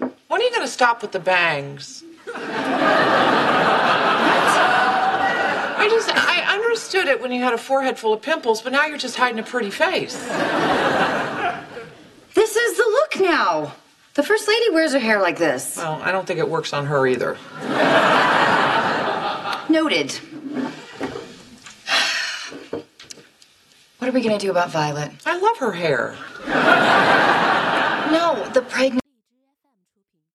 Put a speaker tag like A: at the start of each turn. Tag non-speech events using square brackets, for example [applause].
A: to stop with the bangs. I just, I understood it when you had a forehead full of pimples, but now you're just hiding a pretty face.
B: This is the look now. The first lady wears her hair like this.
A: Well, I don't think it works on her either.
B: Noted. [sighs] What are we gonna do about Violet?
A: I love her hair.
B: No, the pregnant.